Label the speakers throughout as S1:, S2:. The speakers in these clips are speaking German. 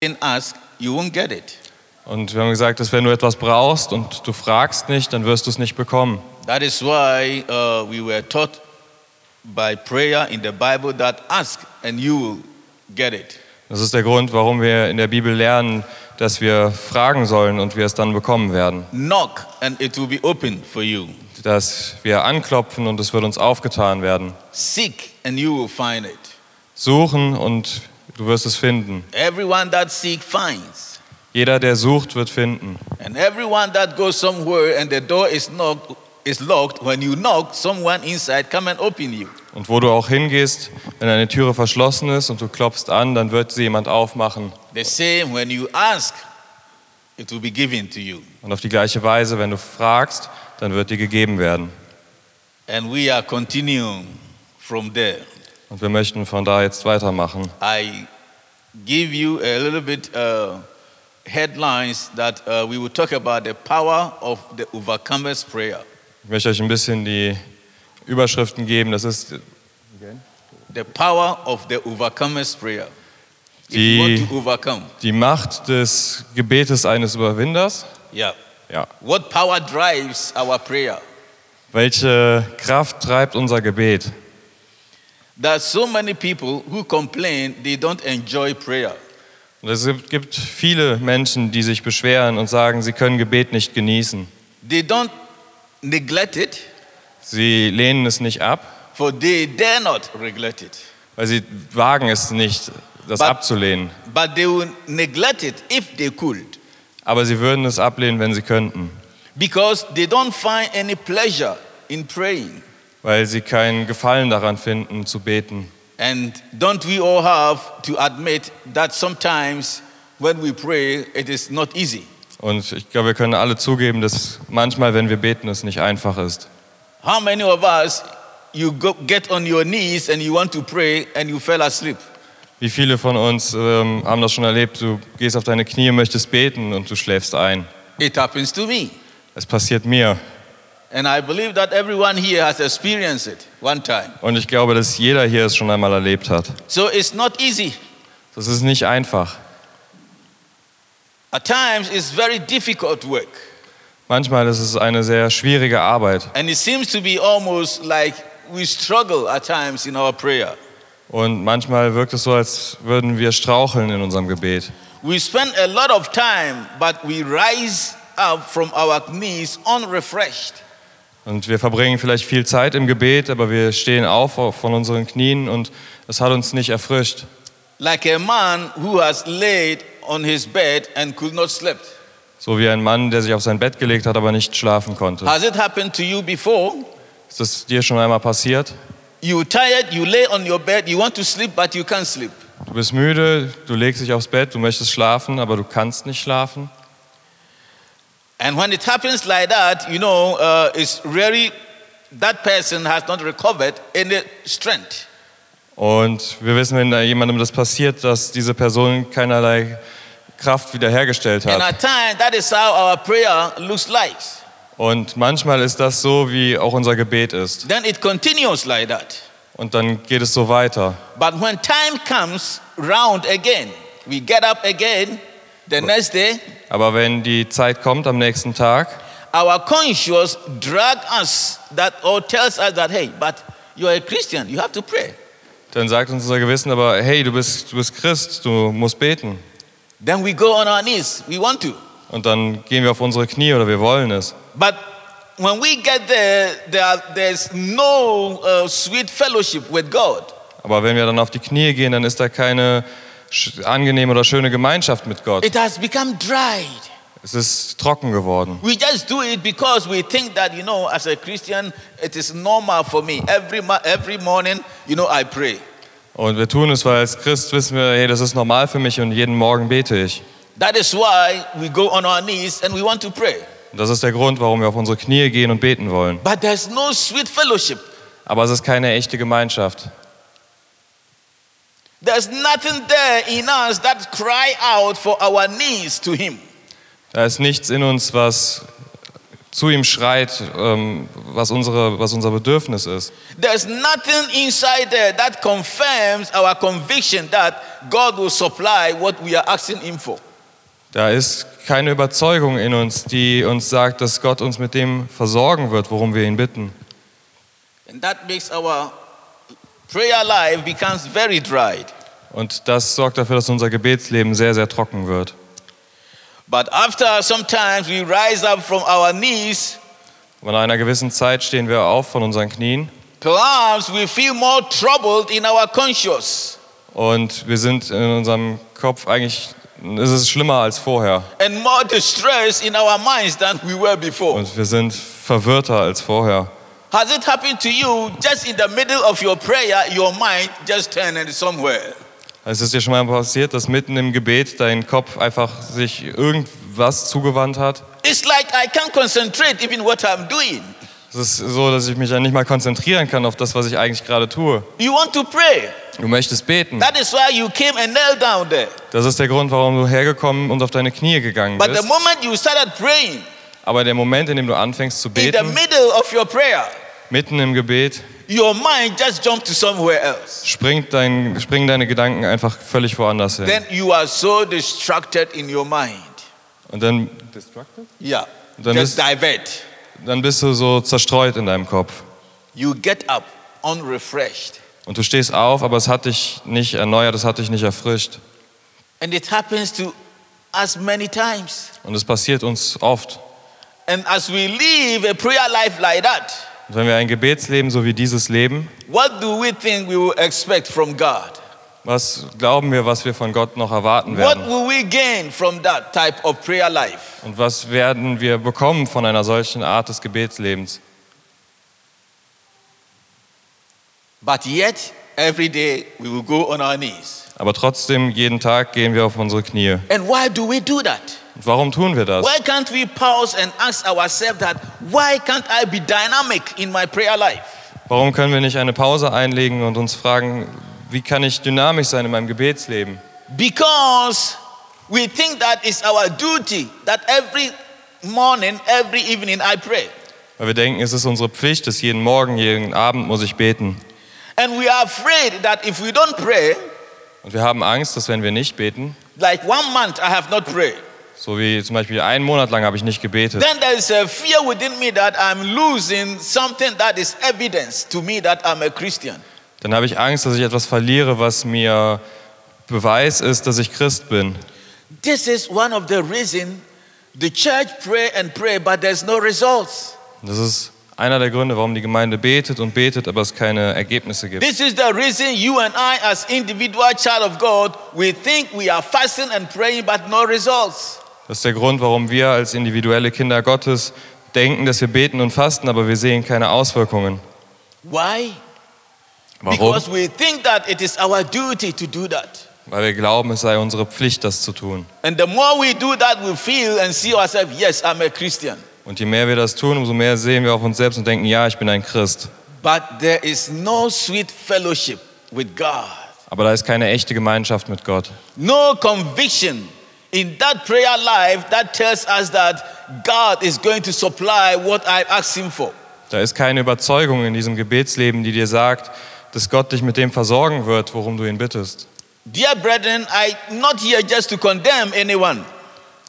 S1: didn't ask, you won't get it.
S2: Und wir haben gesagt, dass wenn du etwas brauchst und du fragst nicht, dann wirst du es nicht bekommen.
S1: That is why uh, we were taught by prayer in the Bible that ask and you will get it.
S2: Das ist der Grund, warum wir in der Bibel lernen, dass wir fragen sollen und wir es dann bekommen werden.
S1: Knock and it will be opened for you.
S2: Dass wir anklopfen und es wird uns aufgetan werden.
S1: Seek and you will find it.
S2: Suchen und du wirst es finden.
S1: Everyone that seek finds.
S2: Jeder, der sucht, wird finden.
S1: And everyone that goes somewhere and the door is knocked is locked, when you knock, someone inside come and open you.
S2: Und wo du auch hingehst, wenn eine Türe verschlossen ist und du klopfst an, dann wird sie jemand aufmachen.
S1: The same when you ask, it will be given to you.
S2: Und auf die gleiche Weise, wenn du fragst, dann wird dir gegeben werden.
S1: And we are continuing from there.
S2: Und wir möchten von da jetzt weitermachen.
S1: I give you a little bit uh, headlines that uh, we will talk about the power of the overcomer's prayer.
S2: Ich möchte euch ein bisschen die Überschriften geben. Das ist
S1: The power of the overcomer's prayer. If you
S2: Die-
S1: want to overcome,
S2: die Macht des Gebetes eines Überwinders.
S1: yeah.
S2: Ja.
S1: What power drives our prayer?
S2: Welche Kraft treibt unser Gebet?
S1: There are so many people who complain they don't enjoy prayer.
S2: Und es gibt- gibt viele Menschen, die sich beschweren und sagen, sie können Gebet nicht genießen.
S1: They don't neglect it,
S2: Sie lehnen es nicht ab,
S1: for they dare not neglect it.
S2: weil sie wagen es nicht, das
S1: Ba-
S2: abzulehnen.
S1: But they will neglect it if they could,
S2: Aber sie würden es ablehnen, wenn sie könnten,
S1: because they don't find any pleasure in praying.
S2: weil sie keinen Gefallen daran finden, zu beten.
S1: And don't we all have to admit that sometimes when we pray, it is not easy?
S2: Und ich glaube, wir können alle zugeben, dass manchmal, wenn wir beten, es nicht einfach ist.
S1: How many of us, you go, get on your knees and you want to pray and you fell asleep?
S2: Wie viele von uns ähm, haben das schon erlebt? Du gehst auf deine Knie, möchtest beten und du schläfst ein.
S1: It happens to me.
S2: Es passiert mir.
S1: And I believe that everyone here has experienced it one time.
S2: Und ich glaube, dass jeder hier es schon einmal erlebt hat.
S1: So it's not easy.
S2: Das ist nicht einfach.
S1: At times, it's very difficult work.
S2: Manchmal ist es eine sehr schwierige Arbeit.
S1: And it seems to be almost like we struggle at times in our prayer.
S2: Und manchmal wirkt es so, als würden wir straucheln in unserem Gebet.
S1: We spend a lot of time, but we rise up from our knees unrefreshed.
S2: Und wir verbringen vielleicht viel Zeit im Gebet, aber wir stehen auf von unseren Knien und es hat uns nicht erfrischt.
S1: like a man who has laid on his bed and could not sleep.
S2: So wie ein Mann, der sich auf sein Bett gelegt hat, aber nicht schlafen konnte.
S1: Has it happened to you before?
S2: Ist das dir schon einmal passiert?
S1: You tired, you lay on your bed, you want to sleep, but you can't sleep.
S2: Du bist müde, du legst dich aufs Bett, du möchtest schlafen, aber du kannst nicht schlafen.
S1: And when it happens like that, you know, uh, it's really that person has not recovered any strength.
S2: Und wir wissen, wenn da jemandem das passiert, dass diese Person keinerlei Kraft wiederhergestellt
S1: And
S2: hat.
S1: at times, that is how our prayer looks like.
S2: Und manchmal ist das so, wie auch unser Gebet ist.
S1: Then it continues like that.
S2: Und dann geht es so weiter.
S1: But when time comes round again, we get up again the next day,
S2: Aber wenn die Zeit kommt am nächsten Tag,
S1: our conscience drag us that or tells us that hey but you're a christian you have to pray
S2: dann sagt uns unser Gewissen aber, hey, du bist, du bist Christ, du musst beten.
S1: then we go on our knees we want to
S2: Und dann gehen wir auf unsere Knie oder wir wollen es.
S1: but when we get there, there are- there's no uh, sweet fellowship with god
S2: Aber wenn wir dann auf die Knie gehen, dann ist da keine sch- angenehme oder schöne Gemeinschaft mit Gott.
S1: it has become dried
S2: Es ist trocken geworden.
S1: we just do it because we think that you know as a christian it is normal for me every, mo- every morning you know i pray
S2: Und wir tun es, weil als Christ wissen wir, hey, das ist normal für mich und jeden Morgen bete ich.
S1: that is why we go on our knees and we want to pray
S2: Und das ist der Grund, warum wir auf unsere Knie gehen und beten wollen.
S1: but there's no sweet fellowship
S2: Aber es ist keine echte Gemeinschaft.
S1: There's nothing there in us that cry out for our needs to Him.
S2: Da ist nichts in uns, was zu ihm schreit, ähm, was, unsere, was unser Bedürfnis ist.
S1: There's nothing inside there that confirms our conviction that God will supply what we are asking Him for.
S2: Da ist keine Überzeugung in uns, die uns sagt, dass Gott uns mit dem versorgen wird, worum wir ihn bitten.
S1: And that makes our prayer life becomes very dry.
S2: Und das sorgt dafür, dass unser Gebetsleben sehr, sehr trocken wird.
S1: But after sometimes we rise up from our knees,
S2: Aber nach einer gewissen Zeit stehen wir auf von unseren Knien
S1: perhaps we feel more troubled in our conscience
S2: und wir sind in unserem Kopf eigentlich, ist es ist schlimmer als vorher.
S1: and more distressed in our minds than we were before.
S2: Und wir sind verwirrter als vorher.
S1: Has it happened to you just in the middle of your prayer, your mind just turned somewhere?
S2: Es ist dir schon mal passiert, dass mitten im Gebet dein Kopf einfach sich irgendwas zugewandt hat.
S1: It's like I can't concentrate even what I'm doing.
S2: Es ist so, dass ich mich ja nicht mal konzentrieren kann auf das, was ich eigentlich gerade tue.
S1: You want to pray.
S2: Du möchtest beten.
S1: That is why you came and knelt down there.
S2: Das ist der Grund, warum du hergekommen und auf deine Knie gegangen
S1: But the
S2: bist.
S1: moment you started praying,
S2: Aber der Moment, in dem du anfängst zu
S1: in the
S2: beten,
S1: middle of your prayer,
S2: mitten im Gebet,
S1: your mind just jumped to somewhere else.
S2: springt dein, springen deine Gedanken einfach völlig woanders hin.
S1: Then you are so distracted in your mind.
S2: Und dann,
S1: Yeah.
S2: Then
S1: just
S2: this-
S1: divert.
S2: dann bist du so zerstreut in deinem Kopf.
S1: You get up unrefreshed.
S2: Und du stehst auf, aber es hat dich nicht erneuert, es hat dich nicht erfrischt.
S1: And it happens to us many times.
S2: Und es passiert uns oft.
S1: And as we live a prayer life like that,
S2: Und wenn wir ein Gebetsleben so wie dieses leben,
S1: what do we think we will expect from God?
S2: was glauben wir, was wir von Gott noch erwarten
S1: What
S2: werden?
S1: will we gain from that type of prayer life?
S2: Und was werden wir bekommen von einer solchen Art des Gebetslebens?
S1: But yet, every day we will go on our knees.
S2: Aber trotzdem, jeden Tag gehen wir auf unsere Knie.
S1: And why do we do that?
S2: Und warum tun wir das?
S1: Why can't we pause and ask ourselves that, why can't I be dynamic in my prayer life?
S2: Warum können wir nicht eine Pause einlegen und uns fragen, wie kann ich dynamisch sein in meinem Gebetsleben?
S1: Because we think that it's our duty that every morning, every evening I pray.
S2: Weil wir denken, es ist unsere Pflicht, dass jeden Morgen, jeden Abend muss ich beten.
S1: And we are afraid that if we don't pray,
S2: Und wir haben Angst, dass wenn wir nicht beten,
S1: like one month I have not prayed,
S2: so wie zum Beispiel einen Monat lang habe ich nicht gebetet,
S1: then there is a fear within me that I'm losing something that is evidence to me that I'm a Christian.
S2: dann habe ich Angst, dass ich etwas verliere, was mir Beweis ist, dass ich Christ bin.
S1: This is one of the reasons the church pray and pray, but there's no results.
S2: Und das ist einer der Gründe, warum die Gemeinde betet und betet, aber es keine Ergebnisse gibt.
S1: This is the reason you and I, as individual child of God, we think we are fasting and praying, but no results.
S2: Das ist der Grund, warum wir als individuelle Kinder Gottes denken, dass wir beten und fasten, aber wir sehen keine Auswirkungen.
S1: Why?
S2: Warum?
S1: Because we think that it is our duty to do that.
S2: Weil wir glauben, es sei unsere Pflicht, das zu tun.
S1: And the more we do that, we feel and see ourselves, yes, I'm a Christian.
S2: Und je mehr wir das tun, umso mehr sehen wir auf uns selbst und denken, ja, ich bin ein Christ.
S1: But there is no sweet fellowship with God,
S2: Aber da ist keine echte Gemeinschaft mit Gott.
S1: no conviction in that prayer life that tells us that God is going to supply what I asked Him for.
S2: Da ist keine Überzeugung in diesem Gebetsleben, die dir sagt, dass Gott dich mit dem versorgen wird, worum du ihn bittest.
S1: Dear brethren, I'm not here just to condemn anyone.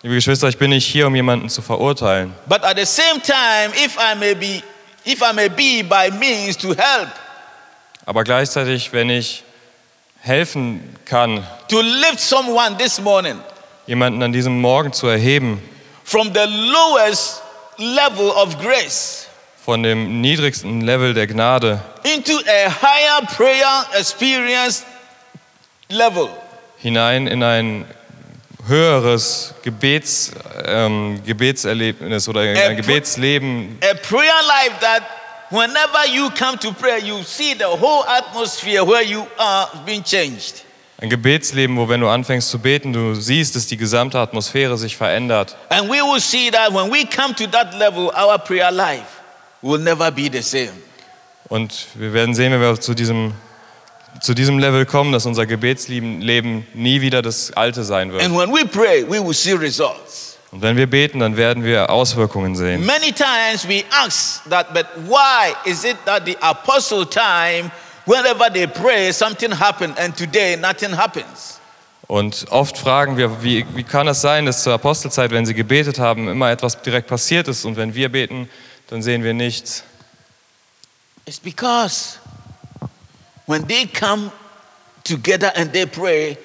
S2: Liebe Geschwister, ich bin nicht hier, um jemanden zu verurteilen.
S1: But at the same time, if I may be, if I may be by means to help,
S2: Aber gleichzeitig, wenn ich helfen kann,
S1: to lift someone this morning
S2: jemanden an diesem Morgen zu erheben,
S1: from the lowest level of grace
S2: von dem niedrigsten Level der Gnade
S1: into a higher prayer experience level,
S2: hinein in ein höheres Gebets, ähm, Gebetserlebnis oder in ein
S1: Äh,
S2: Gebetsleben,
S1: a prayer life that whenever you come to prayer, you see the whole atmosphere where you are being changed.
S2: ein Gebetsleben, wo wenn du anfängst zu beten, du siehst, dass die gesamte Atmosphäre sich verändert.
S1: And we will see that when we come to that level, our prayer life will never be the same.
S2: Und wir werden sehen, wenn wir zu diesem, zu diesem Level kommen, dass unser Gebetsleben Leben nie wieder das alte sein wird.
S1: And when we pray, we will see results.
S2: Und wenn wir beten, dann werden wir Auswirkungen sehen.
S1: Many times we ask that, but why is it that the apostle time, whenever they pray, something happened and today nothing happens?
S2: Und oft fragen wir, wie, wie kann es sein, dass zur Apostelzeit, wenn sie gebetet haben, immer etwas direkt passiert ist und wenn wir beten, dann sehen wir nichts.
S1: It's because when they come together and they pray,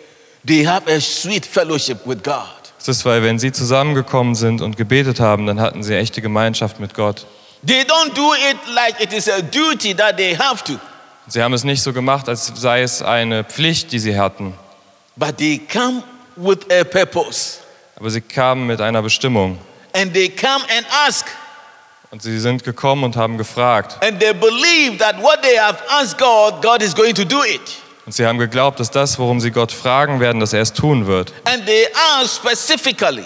S1: they have a sweet fellowship with God.
S2: Es ist, weil wenn sie zusammengekommen sind und gebetet haben, dann hatten sie echte Gemeinschaft mit Gott.
S1: They don't do it like it is a duty that they have to,
S2: Sie haben es nicht so gemacht, als sei es eine Pflicht, die sie hatten,
S1: but they come with a purpose.
S2: aber sie kamen mit einer Bestimmung.
S1: And they come and ask,
S2: Und sie sind gekommen und haben gefragt.
S1: and they believe that what they have asked God, God is going to do it.
S2: Und sie haben geglaubt, dass das, worum sie Gott fragen werden, dass er es tun wird.
S1: And they ask specifically.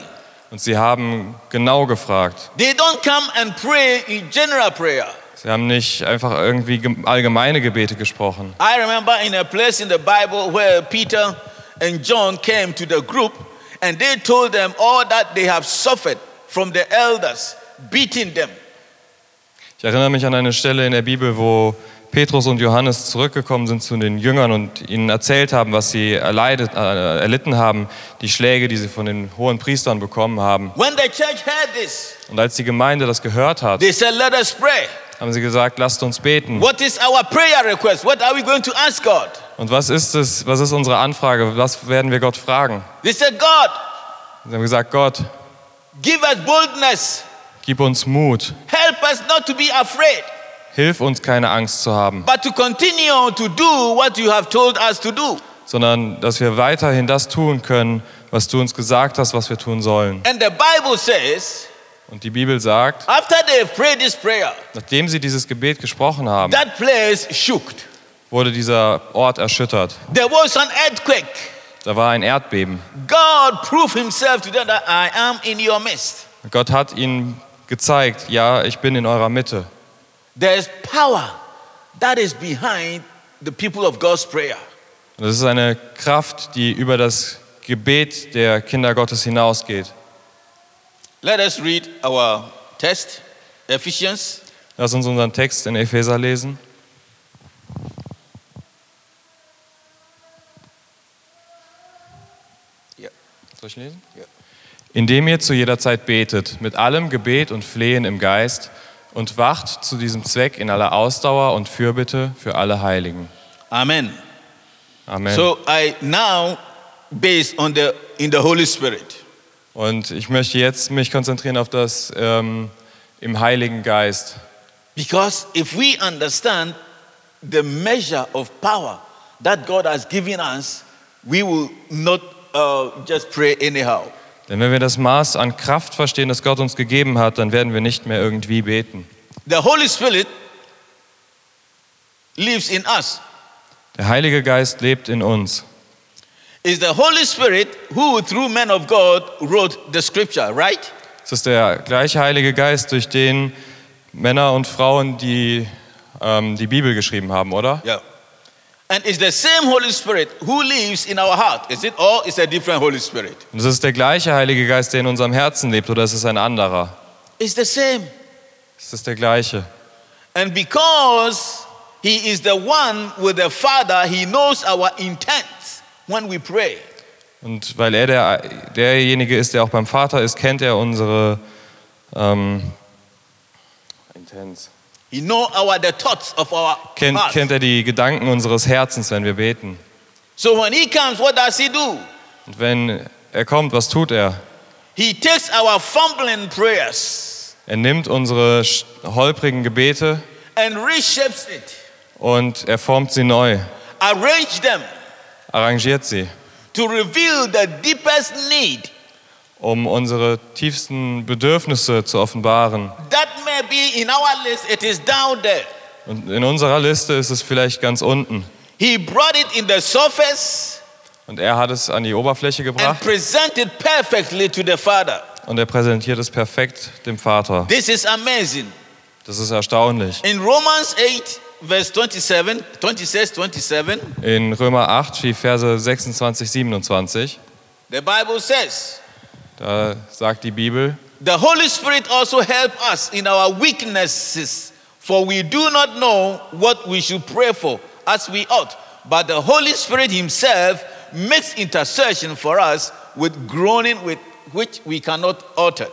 S2: Und sie haben genau gefragt.
S1: They don't come and pray in general prayer.
S2: Sie haben nicht einfach irgendwie gem- allgemeine Gebete gesprochen.
S1: I remember in a place in the Bible where Peter and John came to the group and they told them all that they have suffered from the elders beating them.
S2: Ich erinnere mich an eine Stelle in der Bibel, wo Petrus und Johannes zurückgekommen sind zu den Jüngern und ihnen erzählt haben, was sie erleidet, äh, erlitten haben, die Schläge, die sie von den hohen Priestern bekommen haben.
S1: When the church heard this,
S2: Und als die Gemeinde das gehört hat,
S1: they said, Let us pray.
S2: haben sie gesagt, lasst uns beten.
S1: What is our prayer request? What are we going to ask God?
S2: Und was ist es, was ist unsere Anfrage? Was werden wir Gott fragen?
S1: They said, God,
S2: Sie haben gesagt, Gott,
S1: give us boldness.
S2: gib uns Mut.
S1: Help us not to be afraid,
S2: Hilf uns, keine Angst zu haben,
S1: but to continue to do what you have told us to do.
S2: sondern dass wir weiterhin das tun können, was du uns gesagt hast, was wir tun sollen.
S1: And the Bible says,
S2: Und die Bibel sagt,
S1: After they prayed this prayer,
S2: nachdem sie dieses Gebet gesprochen haben,
S1: that place shook.
S2: wurde dieser Ort erschüttert.
S1: There was an earthquake.
S2: Da war ein Erdbeben.
S1: God proved himself to them that I am in your midst.
S2: Gott hat ihnen gezeigt, ja, ich bin in eurer Mitte.
S1: There is power that is behind the people of God's prayer.
S2: Und das ist eine Kraft, die über das Gebet der Kinder Gottes hinausgeht.
S1: Let us read our text, Ephesians.
S2: Lass uns unseren Text in Epheser lesen.
S1: Ja.
S2: Soll ich lesen?
S1: Ja.
S2: Indem ihr zu jeder Zeit betet, mit allem Gebet und Flehen im Geist und wacht zu diesem Zweck in aller Ausdauer und Fürbitte für alle Heiligen.
S1: Amen.
S2: Amen.
S1: So I now based on the in the Holy Spirit.
S2: Und ich möchte jetzt mich konzentrieren auf das ähm, im Heiligen Geist.
S1: Because if we understand the measure of power that God has given us, we will not uh, just pray anyhow.
S2: Denn wenn wir das Maß an Kraft verstehen, das Gott uns gegeben hat, dann werden wir nicht mehr irgendwie beten.
S1: The Holy Spirit lives in us.
S2: Der Heilige Geist lebt in uns.
S1: It's the Holy Spirit who, through men of God, wrote the scripture, right?
S2: Es ist der gleiche Heilige Geist, durch den Männer und Frauen die, ähm, die Bibel geschrieben haben, oder?
S1: Yeah. And it's the same Holy Spirit who lives in our heart. Is it all? It's a different Holy Spirit.
S2: Und es ist der gleiche Heilige Geist, der in unserem Herzen lebt, oder ist es ein anderer?
S1: It's the same.
S2: Es ist der gleiche.
S1: And because he is the one with the Father, he knows our intent when we pray.
S2: Und weil er der, derjenige ist, der auch beim Vater ist, kennt er unsere ähm, Intens.
S1: He knows our the thoughts of our
S2: Kennt,
S1: hearts.
S2: kennt er die Gedanken unseres Herzens, wenn wir beten.
S1: So when he comes, what does he do?
S2: Und wenn er kommt, was tut er?
S1: He takes our fumbling prayers
S2: Er nimmt unsere sch- holprigen Gebete
S1: and reshapes it,
S2: und er formt sie neu,
S1: arrange them
S2: arrangiert sie,
S1: to reveal the deepest need
S2: um unsere tiefsten Bedürfnisse zu offenbaren.
S1: that may be in our list. It is down there.
S2: Und in unserer Liste ist es vielleicht ganz unten.
S1: He brought it in the surface
S2: Und er hat es an die Oberfläche
S1: and
S2: gebracht
S1: presented perfectly to the Father.
S2: und er präsentiert es perfekt dem Vater.
S1: This is amazing.
S2: Das ist erstaunlich.
S1: In Romans 8, verse 27, 26, 27,
S2: In Römer 8, die Verse 26, 27,
S1: the Bible says,
S2: Da sagt die Bibel,
S1: The Holy Spirit also helps us in our weaknesses, for we do not know what we should pray for as we ought. But the Holy Spirit Himself makes intercession for us with groaning with which we cannot utter.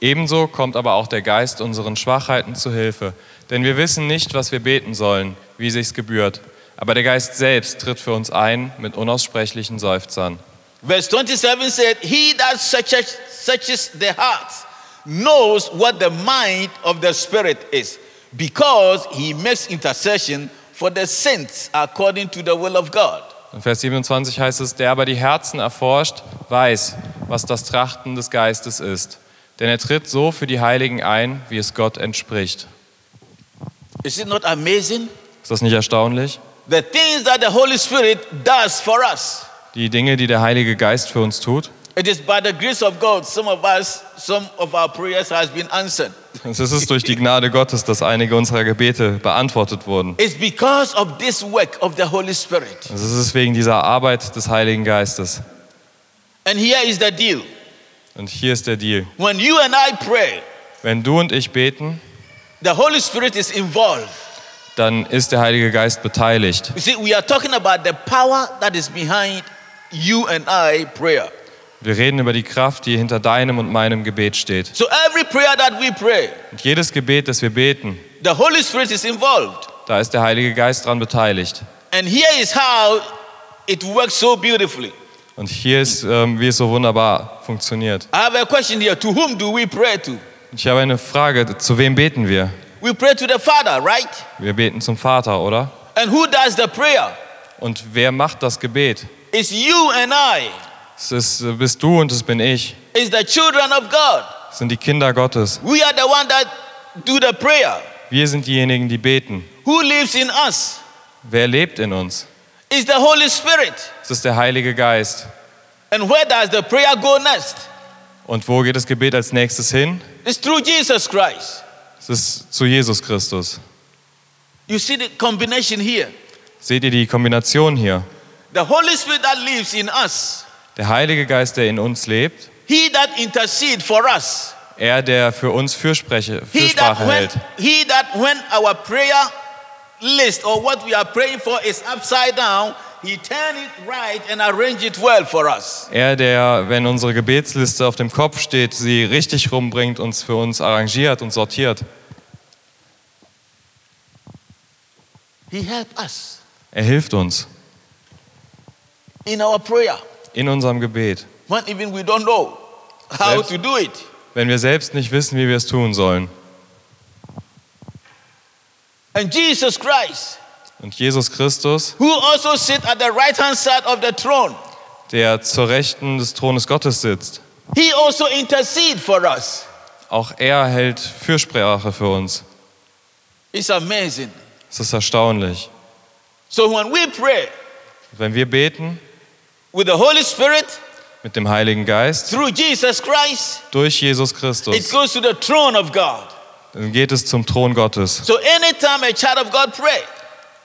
S2: Ebenso kommt aber auch der Geist unseren Schwachheiten zu Hilfe, denn wir wissen nicht, was wir beten sollen, wie sich's gebührt. Aber der Geist selbst tritt für uns ein mit unaussprechlichen Seufzern.
S1: Verse 27 said, He that searches, searches the hearts knows what the mind of the Spirit is, because he makes intercession for the saints according to the will of God.
S2: In Vers 27 heißt es, der aber die Herzen erforscht, weiß, was das Trachten des Geistes ist. Denn er tritt so für die Heiligen ein, wie es Gott entspricht.
S1: Is it not amazing?
S2: Ist das nicht erstaunlich?
S1: The things that the Holy Spirit does for us.
S2: Die Dinge, die der Heilige Geist für uns tut.
S1: It is by the grace of God some of us some of our prayers has been answered.
S2: Es ist durch die Gnade Gottes, dass einige unserer Gebete beantwortet wurden.
S1: It's because of this work of the Holy Spirit.
S2: Es ist wegen dieser Arbeit des Heiligen Geistes.
S1: And here is the deal.
S2: Und hier ist der Deal.
S1: When you and I pray,
S2: Wenn du und ich beten,
S1: the Holy Spirit is involved.
S2: dann ist der Heilige Geist beteiligt.
S1: You see, we are talking about the power that is behind you and I prayer.
S2: Wir reden über die Kraft, die hinter deinem und meinem Gebet steht.
S1: So every prayer that we pray,
S2: Und jedes Gebet, das wir beten,
S1: the Holy Spirit is involved.
S2: da ist der Heilige Geist dran beteiligt.
S1: And here is how it works so beautifully.
S2: Und hier ist, ähm, wie es so wunderbar funktioniert.
S1: I have a question here. To whom do we pray to?
S2: Und Ich habe eine Frage, zu wem beten wir?
S1: We pray to the Father, right?
S2: Wir beten zum Vater, oder?
S1: And who does the prayer?
S2: Und wer macht das Gebet?
S1: It's you and I.
S2: Es ist, äh, bist du und es bin ich.
S1: It's the children of God.
S2: Es sind die Kinder Gottes.
S1: We are the one that do the prayer.
S2: Wir sind diejenigen, die beten.
S1: Who lives in us?
S2: Wer lebt in uns?
S1: It's the Holy Spirit.
S2: Es ist der Heilige Geist.
S1: And where does the prayer go next?
S2: Und wo geht das Gebet als nächstes hin?
S1: It's through Jesus Christ.
S2: Es ist zu Jesus Christus.
S1: You see the combination here.
S2: Seht ihr die Kombination hier?
S1: The Holy Spirit that lives in us,
S2: Der Heilige Geist, der in uns lebt,
S1: He that intercedes for us,
S2: er, der für uns Fürspreche,
S1: He that,
S2: Fürsprache
S1: when,
S2: hält,
S1: he that when our prayer list or what we are praying for is upside down, He turn it right and arrange it well for us.
S2: er, der, wenn unsere Gebetsliste auf dem Kopf steht, sie richtig rumbringt, uns für uns arrangiert und sortiert.
S1: He help us
S2: Er hilft uns
S1: in our prayer
S2: in unserem Gebet,
S1: when even we don't know how
S2: Selbst-
S1: to do it.
S2: wenn wir selbst nicht wissen, wie wir es tun sollen.
S1: And Jesus Christ,
S2: Und Jesus Christus,
S1: who also sit at the right hand side of the throne,
S2: der zur Rechten des Thrones Gottes sitzt,
S1: He also intercede for us.
S2: auch er hält Fürsprache für uns.
S1: It's amazing.
S2: Es ist erstaunlich.
S1: So when we pray
S2: Wenn wir beten
S1: with the Holy Spirit
S2: mit dem Heiligen Geist
S1: through Jesus Christ,
S2: durch Jesus
S1: it
S2: Christus,
S1: goes to the throne of God.
S2: dann geht es zum Thron Gottes.
S1: So anytime a child of God pray,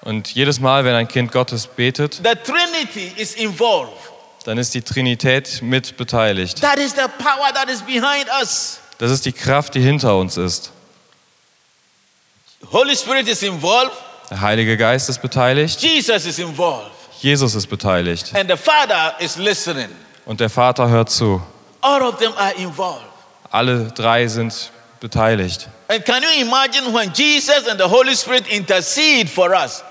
S2: Und jedes Mal, wenn ein Kind Gottes betet,
S1: the Trinity is involved.
S2: dann ist die Trinität mit beteiligt.
S1: That is the power that is behind us.
S2: Das ist die Kraft, die hinter uns ist.
S1: Holy Spirit is involved,
S2: Der Heilige Geist ist beteiligt,
S1: Jesus is involved,
S2: Jesus ist beteiligt
S1: and the Father is listening.
S2: und der Vater hört zu.
S1: All of them are involved.
S2: Alle drei sind beteiligt.
S1: And can you imagine when Jesus and the Holy Spirit intercede for us?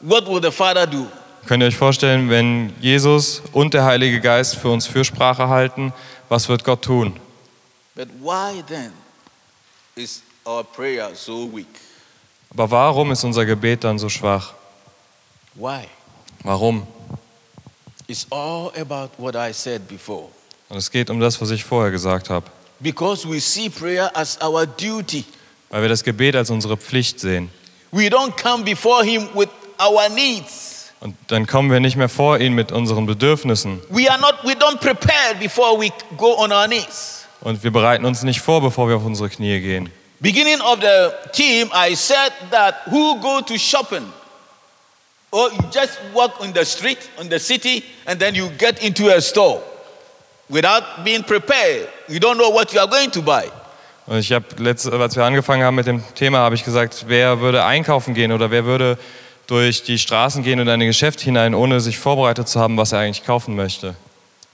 S1: What will the Father do?
S2: Könnt ihr euch vorstellen, wenn Jesus und der Heilige Geist für uns Fürsprache halten, was wird Gott tun?
S1: But why then is our prayer so weak?
S2: Aber warum ist unser Gebet dann so schwach?
S1: Why?
S2: Warum?
S1: It's all about what I said before.
S2: Und es geht um das, was ich vorher gesagt habe.
S1: Because we see prayer as our duty.
S2: Weil wir das Gebet als unsere Pflicht sehen.
S1: We don't come before Him with our needs.
S2: Und dann kommen wir nicht mehr vor ihn mit unseren Bedürfnissen.
S1: We are not, we don't prepare before we go on our knees.
S2: Und wir bereiten uns nicht vor, bevor wir auf unsere Knie gehen.
S1: Beginning of the team, I said that who go to shopping? Oh, Or you just walk on the street, on the city, and then you get into a store. without being prepared. You don't know what you are going to buy.
S2: Und ich habe, als wir angefangen haben mit dem Thema, habe ich gesagt, wer würde einkaufen gehen oder wer würde durch die Straßen gehen und in ein Geschäft hinein, ohne sich vorbereitet zu haben, was er eigentlich kaufen möchte.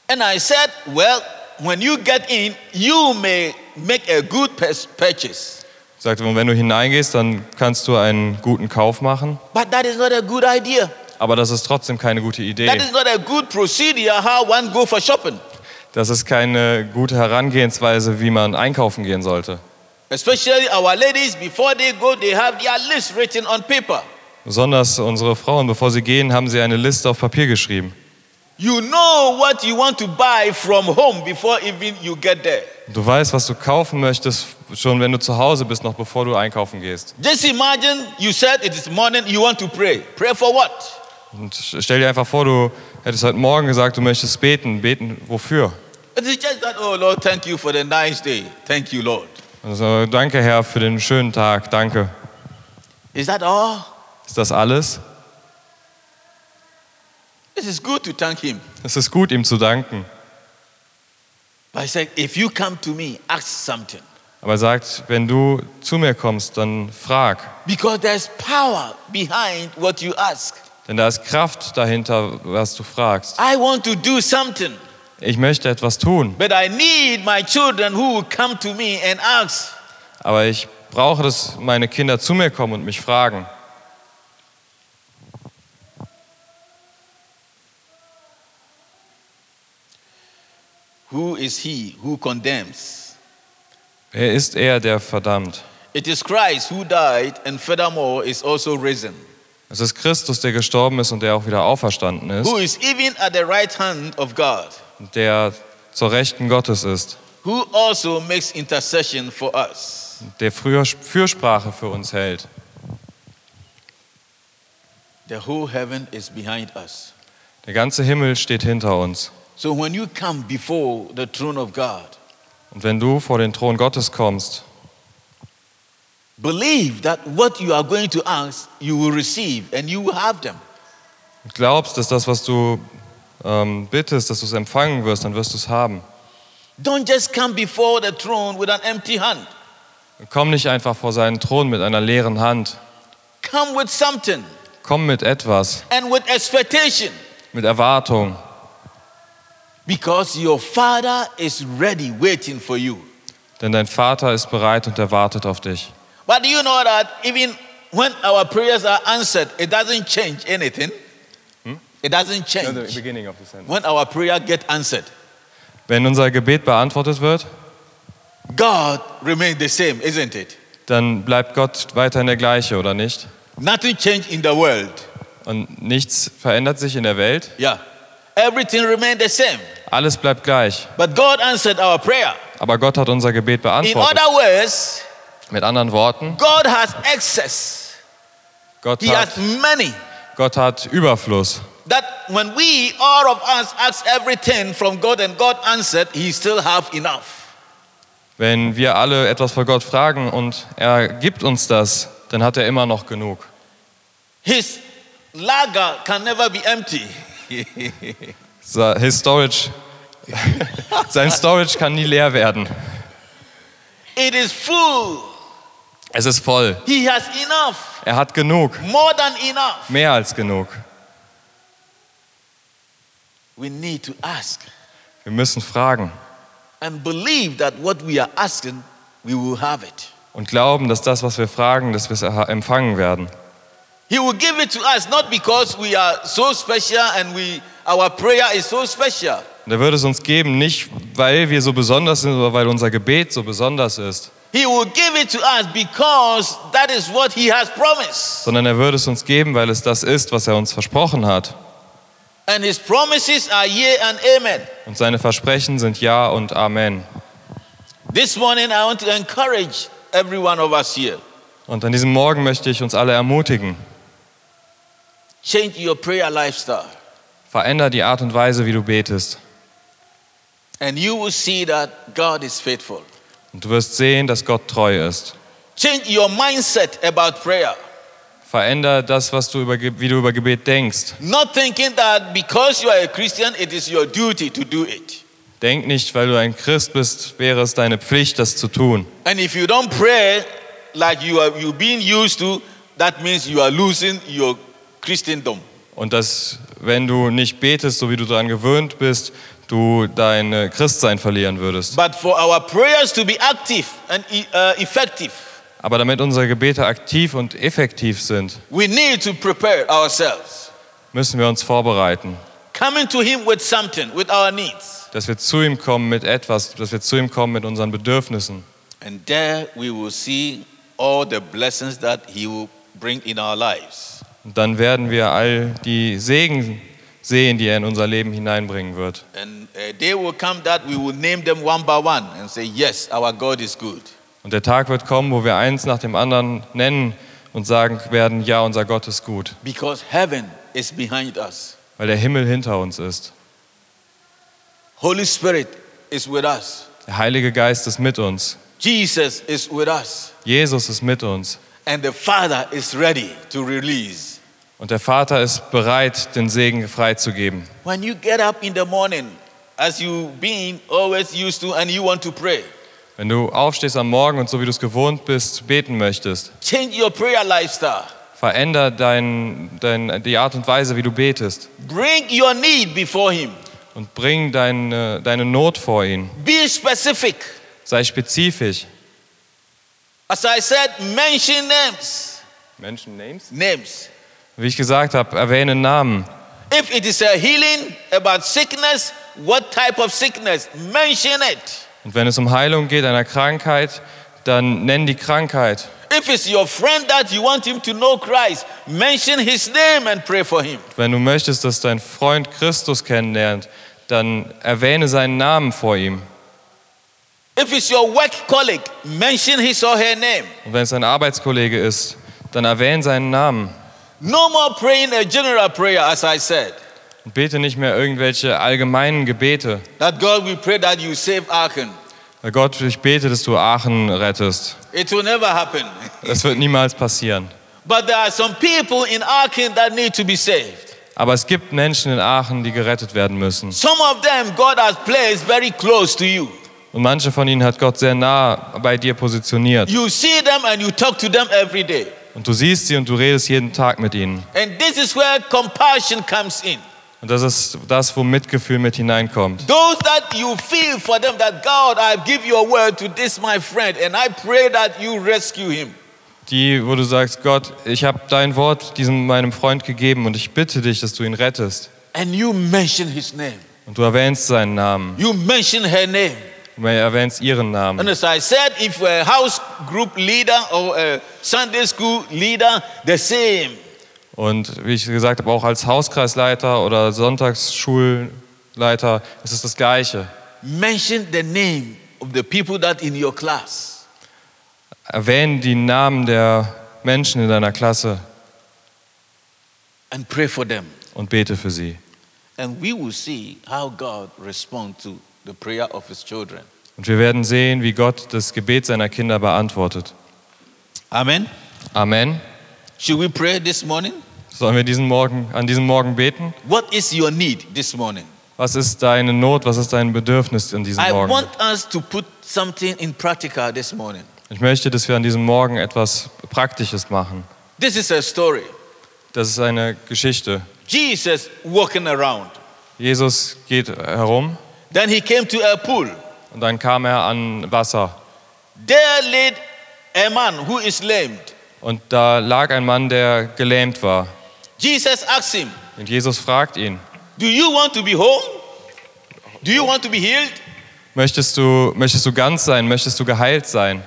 S1: And I said, well, when you get in, you may make a good pers- purchase.
S2: Ich sagte, wenn du hineingehst, dann kannst du einen guten Kauf machen,
S1: But that is not a good idea.
S2: aber das ist trotzdem keine gute
S1: That
S2: Idee.
S1: is not a good procedure how one go for shopping,
S2: Das ist keine gute Herangehensweise, wie man einkaufen gehen sollte.
S1: especially our ladies. Before they go, they have their list written on paper.
S2: Besonders unsere Frauen, bevor sie gehen, haben sie eine Liste auf Papier geschrieben.
S1: You know what you want to buy from home before even you get there.
S2: Du weißt, was du kaufen möchtest, schon wenn du zu Hause bist, noch bevor du einkaufen gehst.
S1: Just imagine you said it is morning, you want to pray. Pray for what?
S2: Und stell dir einfach vor, du hättest heute Morgen gesagt, du möchtest beten. Beten wofür?
S1: It is just that, oh Lord, thank you for the nice day. Thank you, Lord.
S2: Also, danke, Herr, für den schönen Tag. Danke.
S1: Is that all?
S2: Ist das alles?
S1: It is good to thank Him.
S2: Es ist gut, ihm zu danken.
S1: But He said, if you come to me, ask something.
S2: Aber er sagt, wenn du zu mir kommst, dann frag.
S1: Because there's power behind what you ask.
S2: Denn da ist Kraft dahinter, was du fragst.
S1: I want to do something,
S2: Ich möchte etwas tun,
S1: but I need my children who will come to me and ask.
S2: aber ich brauche, dass meine Kinder zu mir kommen und mich fragen.
S1: Who is he who condemns?
S2: Wer ist er, der verdammt?
S1: It is Christ who died and furthermore is also risen,
S2: Es ist Christus, der gestorben ist und der auch wieder auferstanden ist,
S1: who is even at the right hand of God,
S2: und der zur Rechten Gottes ist,
S1: who also makes intercession for us.
S2: der früher Fürsprache für uns hält.
S1: The whole heaven is behind us.
S2: Der ganze Himmel steht hinter uns.
S1: So when you come before the throne of God,
S2: Und wenn du vor den Thron Gottes kommst,
S1: believe that what you are going to ask, you will receive and you will have them.
S2: und glaubst, dass das, was du ähm, bittest, dass du es empfangen wirst, dann wirst du es haben.
S1: Don't just come before the throne with an empty hand.
S2: Komm nicht einfach vor seinen Thron mit einer leeren Hand.
S1: Come with something
S2: Komm mit etwas,
S1: and with expectation
S2: mit Erwartung,
S1: because your Father is ready waiting for you.
S2: denn dein Vater ist bereit und er wartet auf dich.
S1: But do you know that even when our prayers are answered, it doesn't change anything? It doesn't change. When our prayer get answered,
S2: Wenn unser Gebet beantwortet wird,
S1: God remains the same, isn't it?
S2: dann bleibt Gott weiterhin der gleiche, oder nicht?
S1: Nothing changed in the world.
S2: Und nichts verändert sich in der Welt.
S1: Yeah. Everything remained the same.
S2: Alles bleibt gleich.
S1: But God answered our prayer.
S2: Aber Gott hat unser Gebet
S1: In
S2: beantwortet.
S1: other words,
S2: Mit anderen Worten,
S1: God has excess.
S2: Gott
S1: He
S2: hat,
S1: has many.
S2: Gott hat Überfluss.
S1: that when we all of us ask everything from god and god answered he still have enough
S2: Wenn wir alle etwas vor Gott fragen und er gibt uns das, dann hat er immer noch genug.
S1: his lager can never be empty
S2: Sa- His Storage, sein Storage kann nie leer werden.
S1: it is full
S2: Es ist voll.
S1: he has enough
S2: Er hat genug,
S1: more than enough
S2: mehr als genug.
S1: we need to ask
S2: Wir müssen fragen
S1: and believe that what we are asking we will have it
S2: und glauben, dass das, was wir fragen, dass wir es erha- empfangen werden.
S1: he will give it to us not because we are so special and we our prayer is so special
S2: Und er würde es uns geben, nicht weil wir so besonders sind oder weil unser Gebet so besonders ist,
S1: he will give it to us because that is what he has promised
S2: sondern er würde es uns geben, weil es das ist, was er uns versprochen hat.
S1: and his promises are yea and amen
S2: Und seine Versprechen sind Ja und Amen.
S1: This morning, I want to encourage every one of us here.
S2: Und an diesem Morgen möchte ich uns alle ermutigen,
S1: Change your prayer lifestyle,
S2: veränder die Art und Weise, wie du betest.
S1: and you will see that God is faithful.
S2: Und du wirst sehen, dass Gott treu ist.
S1: Change your mindset about prayer,
S2: Veränder das, was du über, Ge- wie du über Gebet denkst.
S1: not thinking that because you are a Christian, it is your duty to do it.
S2: Denk nicht, weil du ein Christ bist, wäre es deine Pflicht, das zu tun.
S1: And if you don't pray like you are you being used to, that means you are losing your Christendom.
S2: Und dass, wenn du nicht betest, so wie du daran gewöhnt bist, du dein äh, Christsein verlieren würdest.
S1: But for our prayers to be active and e- uh, effective,
S2: Aber damit unsere Gebete aktiv und effektiv sind,
S1: we need to prepare ourselves.
S2: müssen wir uns vorbereiten,
S1: Coming to Him with something, with our needs.
S2: dass wir zu ihm kommen mit etwas, dass wir zu ihm kommen mit unseren Bedürfnissen.
S1: And there we will see all the blessings that He will bring in our lives.
S2: Und dann werden wir all die Segen sehen, die er in unser Leben hineinbringen wird.
S1: And a day will come that we will name them one by one and say, Yes, our God is good.
S2: Und der Tag wird kommen, wo wir eins nach dem anderen nennen und sagen werden, ja, unser Gott ist gut,
S1: Because heaven is behind us.
S2: weil der Himmel hinter uns ist.
S1: Holy Spirit is with us.
S2: Der Heilige Geist ist mit uns.
S1: Jesus is with us.
S2: Jesus ist mit uns.
S1: And the Father is ready to release.
S2: Und der Vater ist bereit, den Segen freizugeben.
S1: When you get up in the morning, as you've been always used to, and you want to pray,
S2: Wenn du aufstehst am Morgen und so wie du es gewohnt bist, beten möchtest,
S1: change your prayer lifestyle.
S2: veränder dein, dein, die Art und Weise, wie du betest
S1: Bring your need before Him.
S2: und bring deine, deine Not vor ihn.
S1: Be specific.
S2: Sei spezifisch.
S1: As I said, mention names.
S2: Menschen Names?
S1: Names.
S2: Wie ich gesagt habe, erwähne Namen.
S1: If it is a healing about sickness, what type of sickness? Mention it.
S2: Und wenn es um Heilung geht, einer Krankheit, dann nenn die Krankheit.
S1: If it's your friend that you want him to know Christ, mention his name and pray for him.
S2: Wenn du möchtest, dass dein Freund Christus kennenlernt, dann erwähne seinen Namen vor ihm.
S1: If it's your work colleague, mention his or her name.
S2: Und wenn es ein Arbeitskollege ist, dann erwähne seinen Namen.
S1: No more praying a general prayer, as I said.
S2: Und bete nicht mehr irgendwelche allgemeinen Gebete.
S1: That God, we pray that you save Aachen.
S2: Herr Gott, ich bete, dass du Aachen rettest.
S1: It will never happen.
S2: Das wird niemals passieren.
S1: But there are some people in Aachen that need to be saved.
S2: Aber es gibt Menschen in Aachen, die gerettet werden müssen.
S1: Some of them God has placed very close to you.
S2: Und manche von ihnen hat Gott sehr nah bei dir positioniert.
S1: You see them and you talk to them every day.
S2: Und du siehst sie und du redest jeden Tag mit ihnen.
S1: And this is where compassion comes in.
S2: Und das ist das, wo Mitgefühl mit hineinkommt.
S1: Those that you feel for them, that God, I give your word to this my friend, and I pray that you rescue him.
S2: Die, wo du sagst, Gott, ich habe dein Wort diesem meinem Freund gegeben und ich bitte dich, dass du ihn rettest.
S1: And you mention his name.
S2: Und du erwähnst seinen Namen.
S1: You mention her name.
S2: Du erwähnst ihren Namen.
S1: And as I said, if you're a house group leader or a Sunday school leader, the same.
S2: Und wie ich gesagt habe, auch als Hauskreisleiter oder Sonntagsschulleiter ist es das Gleiche.
S1: Mention the name of the people that in your class.
S2: Erwähne die Namen der Menschen in deiner Klasse
S1: and pray for them.
S2: und bete für sie.
S1: And we will see how God responds to the prayer of his children.
S2: Und wir werden sehen, wie Gott das Gebet seiner Kinder beantwortet.
S1: Amen.
S2: Amen.
S1: Should we pray this morning?
S2: Sollen wir diesen Morgen, an diesem Morgen beten?
S1: What is your need this morning?
S2: Was ist deine Not? Was ist dein Bedürfnis an diesem
S1: I
S2: Morgen?
S1: want us to put something in practical this morning.
S2: Ich möchte, dass wir an diesem Morgen etwas Praktisches machen.
S1: This is a story.
S2: Das ist eine Geschichte.
S1: Jesus walking around.
S2: Jesus geht herum
S1: Then he came to a pool.
S2: und dann kam er an Wasser.
S1: There laid a man who is lamed.
S2: Und da lag ein Mann, der gelähmt war.
S1: Jesus asked him,
S2: Und Jesus fragt ihn,
S1: Do you want to be home? Do you want to be healed?
S2: möchtest du, möchtest du ganz sein, möchtest du geheilt sein?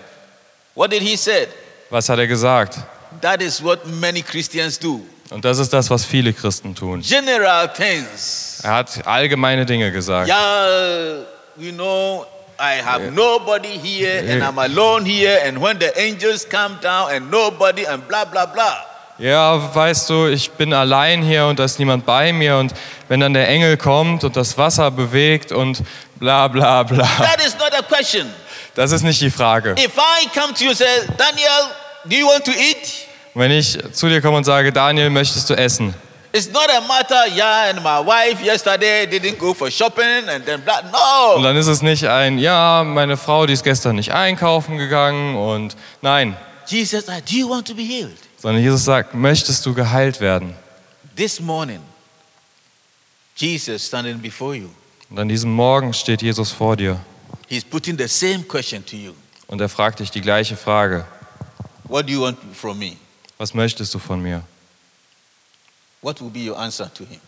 S1: What did he say?
S2: Was hat er gesagt?
S1: That is what many Christians do.
S2: Und das ist das, was viele Christen tun.
S1: General things.
S2: Er hat allgemeine Dinge gesagt.
S1: Yeah, you know, I have nobody here and I'm alone here. And when the angels come down and nobody and blah, blah, blah.
S2: Ja, weißt du, ich bin allein hier und da ist niemand bei mir. Und wenn dann der Engel kommt und das Wasser bewegt und bla bla bla.
S1: That is not a question.
S2: Das ist nicht die Frage.
S1: If I come to you and say, Daniel, do you want to eat?
S2: Wenn ich zu dir komme und sage, Daniel, möchtest du essen?
S1: It's not a matter, yeah, and my wife yesterday didn't go for shopping and then blah.
S2: Und
S1: No.
S2: dann ist es nicht ein, ja, meine Frau, die ist gestern nicht einkaufen gegangen und nein,
S1: Jesus, said, do you want to be healed?
S2: sondern Jesus sagt, möchtest du geheilt werden?
S1: This morning, Jesus standing before you,
S2: Und an diesem Morgen steht Jesus vor dir
S1: he's putting the same question to you.
S2: und er fragt dich die gleiche Frage,
S1: What do you want from me?
S2: was möchtest du von mir?
S1: What will be your answer to him?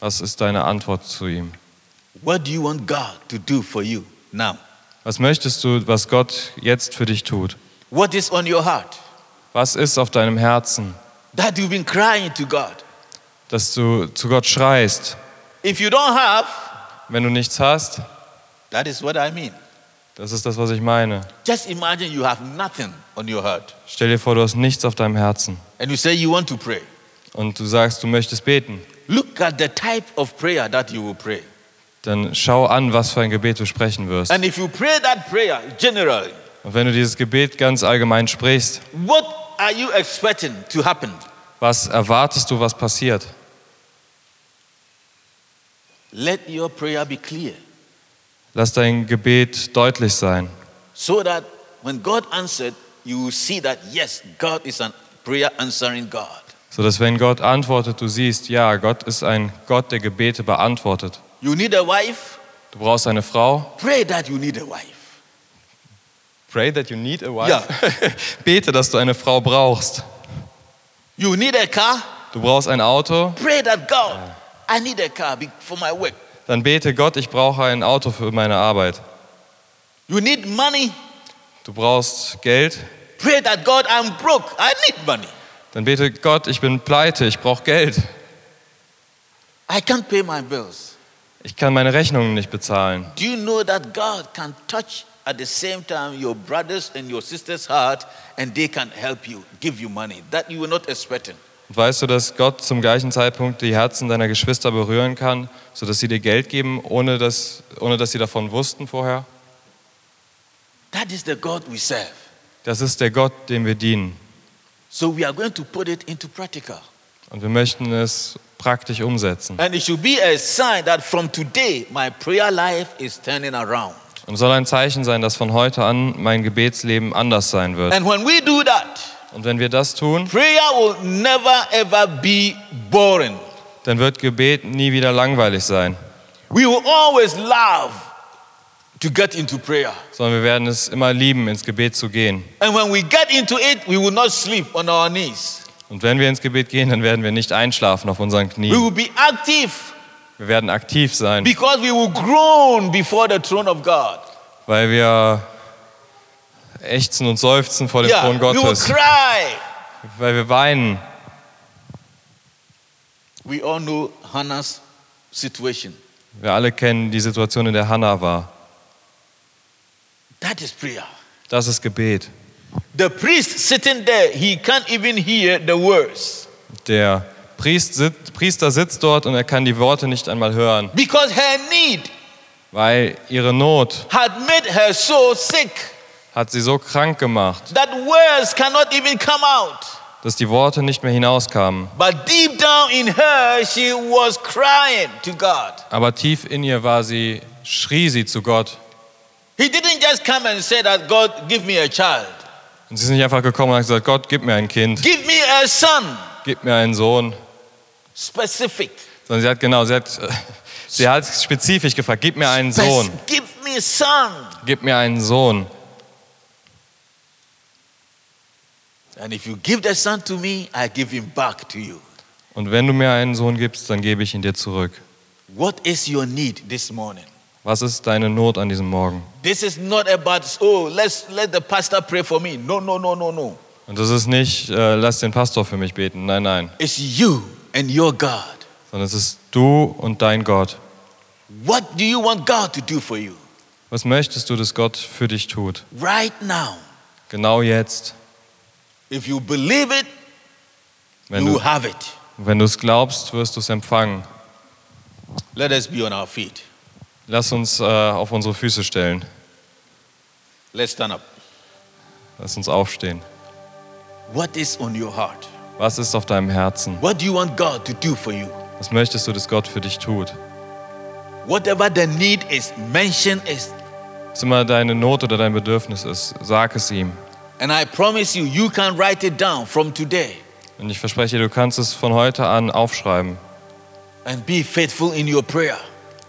S2: Was ist deine Antwort zu ihm?
S1: What do you want God to do for you now?
S2: Was möchtest du, was Gott jetzt für dich tut?
S1: What is on your heart
S2: Was ist auf deinem Herzen,
S1: that you've been crying to God?
S2: dass du zu Gott schreist?
S1: If you don't have,
S2: Wenn du nichts hast,
S1: that is what I mean.
S2: das ist das, was ich meine.
S1: Just imagine you have nothing on your heart
S2: Stell dir vor, du hast nichts auf deinem Herzen
S1: and you say you want to pray.
S2: und du sagst, du möchtest beten.
S1: Look at the type of prayer that you will pray.
S2: Dann schau an, was für ein Gebet du sprechen wirst.
S1: And if you pray that prayer generally,
S2: Und wenn du dieses Gebet ganz allgemein sprichst,
S1: what are you expecting to happen?
S2: was erwartest du, was passiert?
S1: Let your prayer be clear
S2: Lass dein Gebet deutlich sein,
S1: so that when God answered, you will see that yes, God is a prayer answering God.
S2: sodass wenn Gott antwortet, du siehst, ja, Gott ist ein Gott, der Gebete beantwortet.
S1: You need a wife?
S2: Du brauchst eine Frau.
S1: Pray that you need a wife.
S2: Pray that you need a wife.
S1: Ja.
S2: Bete, dass du eine Frau brauchst.
S1: You need a car?
S2: Du brauchst ein Auto.
S1: Pray that God, I need a car be- for my work.
S2: Dann bete Gott, ich brauche ein Auto für meine Arbeit.
S1: You need money?
S2: Du brauchst Geld.
S1: Pray that God, I'm broke. I need money.
S2: Dann bete Gott, ich bin pleite, ich brauche Geld.
S1: I can't pay my bills.
S2: Ich kann meine Rechnungen nicht bezahlen.
S1: Do you know that God can touch at the same time your brothers and your sisters' heart and they can help you, give you money that you were not expecting?
S2: Und weißt du, dass Gott zum gleichen Zeitpunkt die Herzen deiner Geschwister berühren kann, sodass sie dir Geld geben, ohne dass, ohne dass sie davon wussten vorher?
S1: That is the God we serve.
S2: Das ist der Gott, dem wir dienen.
S1: So we are going to put it into practical.
S2: Und wir möchten es praktisch umsetzen.
S1: And it should be a sign that from today my prayer life is turning around.
S2: Und es soll ein Zeichen sein, dass von heute an mein Gebetsleben anders sein wird.
S1: And when we do that,
S2: Und wenn wir das tun,
S1: prayer will never ever be boring.
S2: dann wird Gebet nie wieder langweilig sein,
S1: We will always love to get into prayer.
S2: sondern wir werden es immer lieben, ins Gebet zu gehen.
S1: And when we get into it, we will not sleep on our knees.
S2: Und wenn wir ins Gebet gehen, dann werden wir nicht einschlafen auf unseren
S1: We
S2: Knien.
S1: will be active
S2: Wir werden aktiv sein.
S1: because we will groan before the throne of God.
S2: weil wir ächzen und seufzen vor dem
S1: we
S2: Thron
S1: will
S2: Gottes,
S1: cry.
S2: weil wir weinen.
S1: We all know Hannah's situation.
S2: Wir alle kennen die Situation, in der Hannah war.
S1: That is prayer.
S2: Das ist Gebet.
S1: The priest sitting there, he can't even hear the words
S2: Der Priest sit, Priester sitzt dort und er kann die Worte nicht einmal hören,
S1: because her need
S2: weil ihre Not
S1: had made her so sick
S2: hat sie so krank gemacht,
S1: that words cannot even come out.
S2: dass die Worte nicht mehr hinauskamen.
S1: But deep down in her, she was crying to God.
S2: Aber tief in ihr war sie, schrie sie zu Gott.
S1: He didn't just come and say that, God, give me a child,
S2: Und sie ist nicht einfach gekommen und hat gesagt, Gott, gib mir ein Kind,
S1: give me a son.
S2: gib mir einen Sohn.
S1: Specific.
S2: Sondern sie hat genau, sie hat, sie hat spezifisch gefragt, gib mir einen Sohn.
S1: Spec- Give me a son.
S2: Gib mir einen Sohn.
S1: And if you give the son to me, I give him back to you.
S2: Und wenn du mir einen Sohn gibst, dann gebe ich ihn dir zurück.
S1: What is your need this morning?
S2: Was ist deine Not an diesem Morgen?
S1: This is not about, oh, let's let the pastor pray for me. No, no, no, no, no.
S2: Und das ist nicht, äh, lass den Pastor für mich beten. Nein, nein.
S1: It's you and your God.
S2: Sondern es ist du und dein Gott.
S1: What do you want God to do for you
S2: Was möchtest du, dass Gott für dich tut?
S1: right now?
S2: Genau jetzt.
S1: If you believe it,
S2: Wenn
S1: you
S2: du,
S1: have it.
S2: wenn du es glaubst, wirst du es empfangen.
S1: Let us be on our feet.
S2: Lass uns äh, auf unsere Füße stellen.
S1: Let's stand up.
S2: Lass uns aufstehen.
S1: What is on your heart?
S2: Was ist auf deinem Herzen?
S1: What do you want God to do for you?
S2: Was möchtest du, dass Gott für dich tut?
S1: Whatever the need is, mention it.
S2: Was immer deine Not oder dein Bedürfnis ist, sag es ihm.
S1: And I promise you, you can write it down from today
S2: Und ich verspreche dir, du kannst es von heute an aufschreiben
S1: and be faithful in your prayer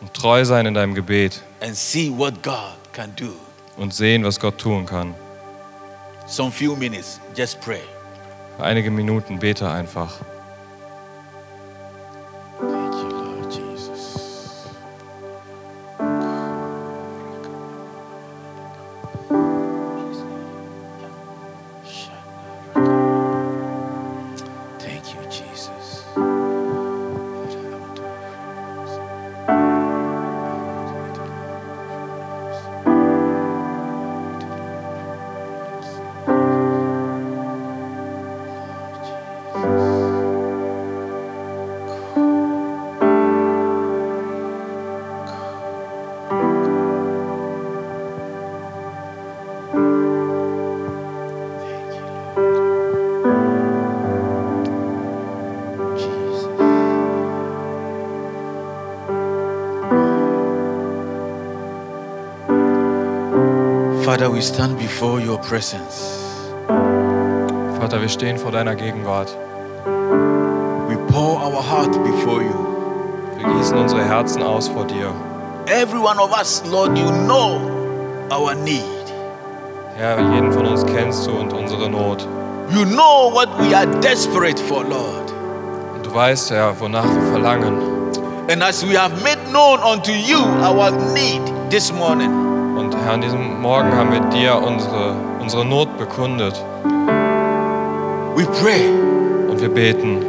S2: und treu sein in deinem Gebet
S1: and see what God can do.
S2: und sehen, was Gott tun kann.
S1: Some few minutes, just pray.
S2: Für einige Minuten bete einfach.
S1: Thank you, Lord Jesus. Thank you, Jesus. Father, we stand before your presence.
S2: Vater, wir stehen vor deiner Gegenwart.
S1: We pour our heart before you.
S2: Wir gießen unsere Herzen aus vor dir.
S1: Every one of us, Lord, you know our need.
S2: Herr, jeden von uns kennst du und unsere Not.
S1: You know what we are desperate for, Lord.
S2: Und du weißt, Herr, wonach wir verlangen.
S1: And as we have made known unto you our need this morning,
S2: Und Herr, an diesem Morgen haben wir dir unsere, unsere Not bekundet.
S1: we pray
S2: Und wir beten,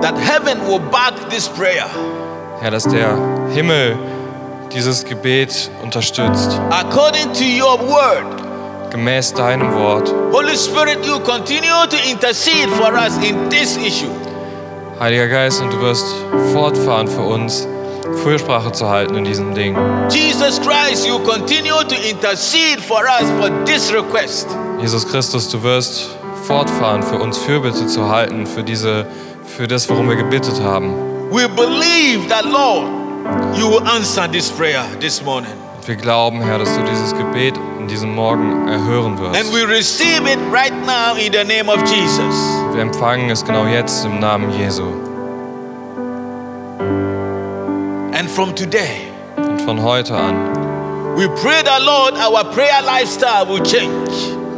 S1: that heaven will back this prayer.
S2: Herr, dass der Himmel dieses Gebet unterstützt.
S1: According to your word,
S2: Gemäß deinem Wort.
S1: Holy Spirit, you continue to intercede for us in this issue.
S2: Heiliger Geist, und du wirst fortfahren für uns, Fürsprache zu halten in diesem Ding.
S1: Jesus Christ, you continue to intercede for us for this request.
S2: Jesus Christus, du wirst fortfahren für uns, Fürbitte zu halten für diese, für das, worum wir gebetet haben.
S1: We believe that, Lord, you will answer this prayer this morning.
S2: Und wir glauben, Herr, dass du dieses Gebet in diesem Morgen erhören
S1: And
S2: wirst.
S1: we receive it right now in the name of Jesus.
S2: Wir empfangen es genau jetzt im Namen Jesu.
S1: And from today,
S2: Und von heute an.
S1: we pray that, Lord, our prayer lifestyle will change.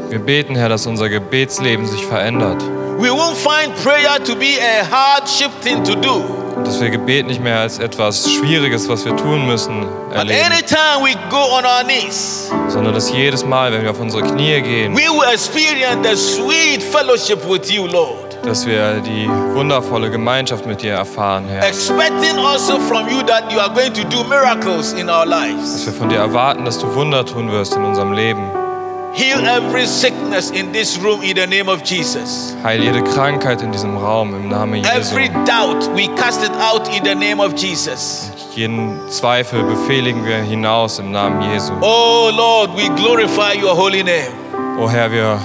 S2: Wir beten, Herr, dass unser Gebetsleben sich verändert.
S1: We won't find prayer to be a hardship thing to do.
S2: Und dass wir Gebet nicht mehr als etwas Schwieriges, was wir tun müssen,
S1: But
S2: erleben,
S1: anytime we go on our knees,
S2: sondern dass jedes Mal, wenn wir auf unsere Knie gehen,
S1: we will experience the sweet fellowship with you, Lord.
S2: dass wir die wundervolle Gemeinschaft mit dir erfahren, Herr.
S1: Expecting also from you that you are going to do miracles in our lives.
S2: Dass wir von dir erwarten, dass du Wunder tun wirst in unserem Leben.
S1: Heal every sickness in this room in the name of Jesus.
S2: Heil jede Krankheit in diesem Raum im Namen Jesu.
S1: Every doubt, we cast it out in the name of Jesus.
S2: Jeden Zweifel befehligen wir hinaus im Namen Jesu.
S1: Oh, Lord, we glorify your holy name.
S2: O Herr, wir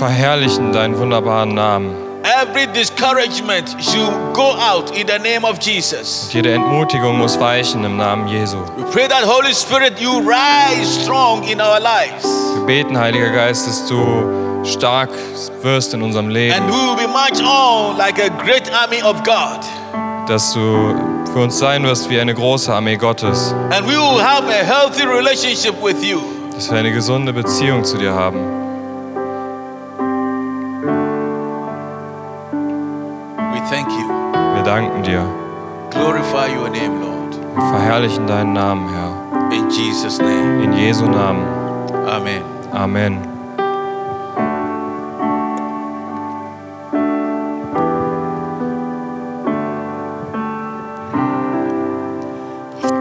S2: verherrlichen deinen wunderbaren Namen.
S1: Every discouragement should go out in the name of Jesus.
S2: Jede Entmutigung muss weichen im Namen Jesu.
S1: We pray that Holy Spirit, you rise strong in our lives.
S2: Wir beten, Heiliger Geist, dass du stark wirst in unserem
S1: And
S2: Leben,
S1: we will be marched on like a great army of God.
S2: dass du für uns sein wirst wie eine große Armee Gottes,
S1: And we will have a healthy relationship with you.
S2: dass wir eine gesunde Beziehung zu dir haben.
S1: We thank you.
S2: Wir danken dir.
S1: Glorify your name, Lord.
S2: Wir verherrlichen deinen Namen, Herr.
S1: In Jesus' name.
S2: In Jesu Namen.
S1: Amen.
S2: Amen.